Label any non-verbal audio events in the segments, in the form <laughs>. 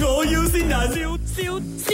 要先人，笑笑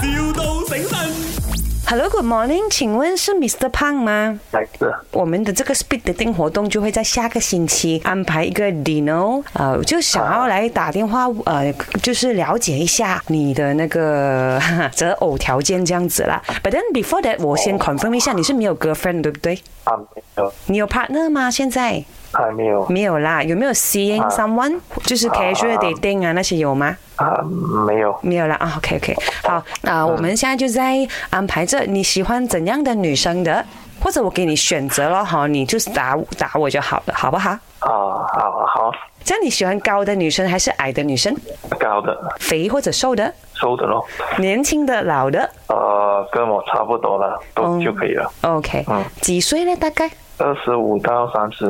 笑，,笑到醒神。 Hello，Good morning，请问是 Mr. 胖吗？来自我们的这个 speed dating 活动就会在下个星期安排一个 dinner，呃，就想要来打电话，呃，就是了解一下你的那个 <laughs> 择偶条件这样子啦。But then before that，我先 confirm 一下，你是没有 girlfriend 对不对？啊，没有，你有 partner 吗？现在还没有没有啦，有没有 seeing someone？就是 casual dating 啊那些有吗？啊，没有没有了啊，OK OK，好，那、我们现在就在安排这，你喜欢怎样的女生的？或者我给你选择了哈，你就是打打我就好了，好不好？啊，好啊好，这样你喜欢高的女生还是矮的女生？高的肥或者瘦的？收的咯，年轻的、老的呃，跟我差不多了，都嗯就可以了， ？OK，嗯几岁呢？大概二十五到三十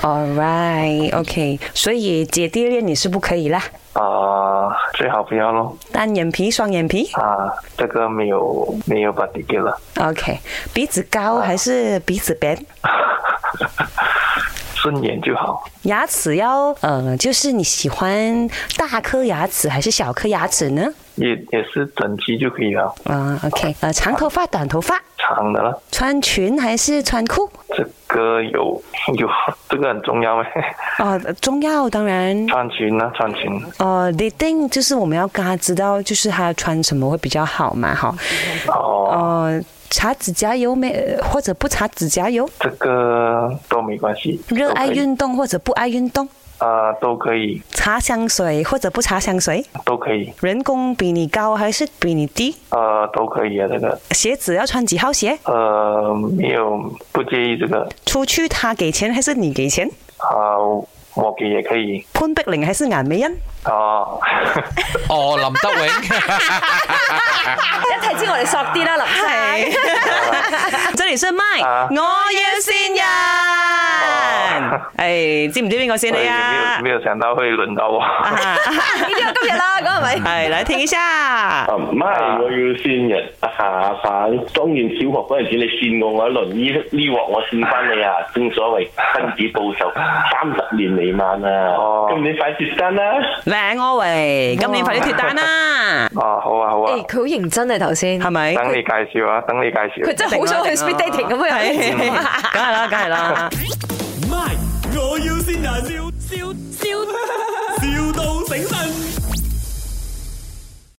？All right，OK，、所以姐弟恋你是不可以啦，啊，最好不要咯单眼皮、双眼皮啊，这个没有没有把底给了， ，OK，鼻子高还是鼻子扁？顺眼就好，牙齿要呃，就是你喜欢大颗牙齿还是小颗牙齿呢？也也是整齐就可以了，啊、o k 呃，长头发、短头发，长的了，穿裙还是穿裤？这个有有这个很重要诶，哦、中药当然， <laughs> 穿裙呢、穿裙，呃，dating 就是我们要跟他知道，就是他穿什么会比较好嘛，哈，哦，呃，擦指甲油没，呃或者不擦指甲油，这个都没关系，热爱都可以运动或者不爱运动，啊，都可以，擦香水或者不擦香水，都可以，人工比你高还是比你低，呃，都可以啊，这个。鞋子要穿几号鞋，呃，没有不介意这个出去他给钱还是你给钱，啊、我给也可以潘碧玲还是颜美欣，啊。哦，林德永，一睇知我哋索啲啦，<laughs> 林生。这里是麦，啊我要先人。诶，知唔知边个先 <laughs> 所以你没啊有？没有想到会轮到我。已經有今日啦，咁係咪？系啊嚟听一下。啊唔係，我要線人下反。當然小學嗰陣時，你線過我一輪，呢呢鑊我線翻你啊！正所謂君子報仇，三十年未晚啊！哦咁你快脱單啦！靓我喂，今年快啲脱單啦，啊，好啊，好啊誒，，佢好認真啊，頭先。係咪？啊等你介紹啊，等你介紹佢。真係好想去 speed <laughs> dating 咁樣。係梗係啦，梗係啦。 My，我要先人，笑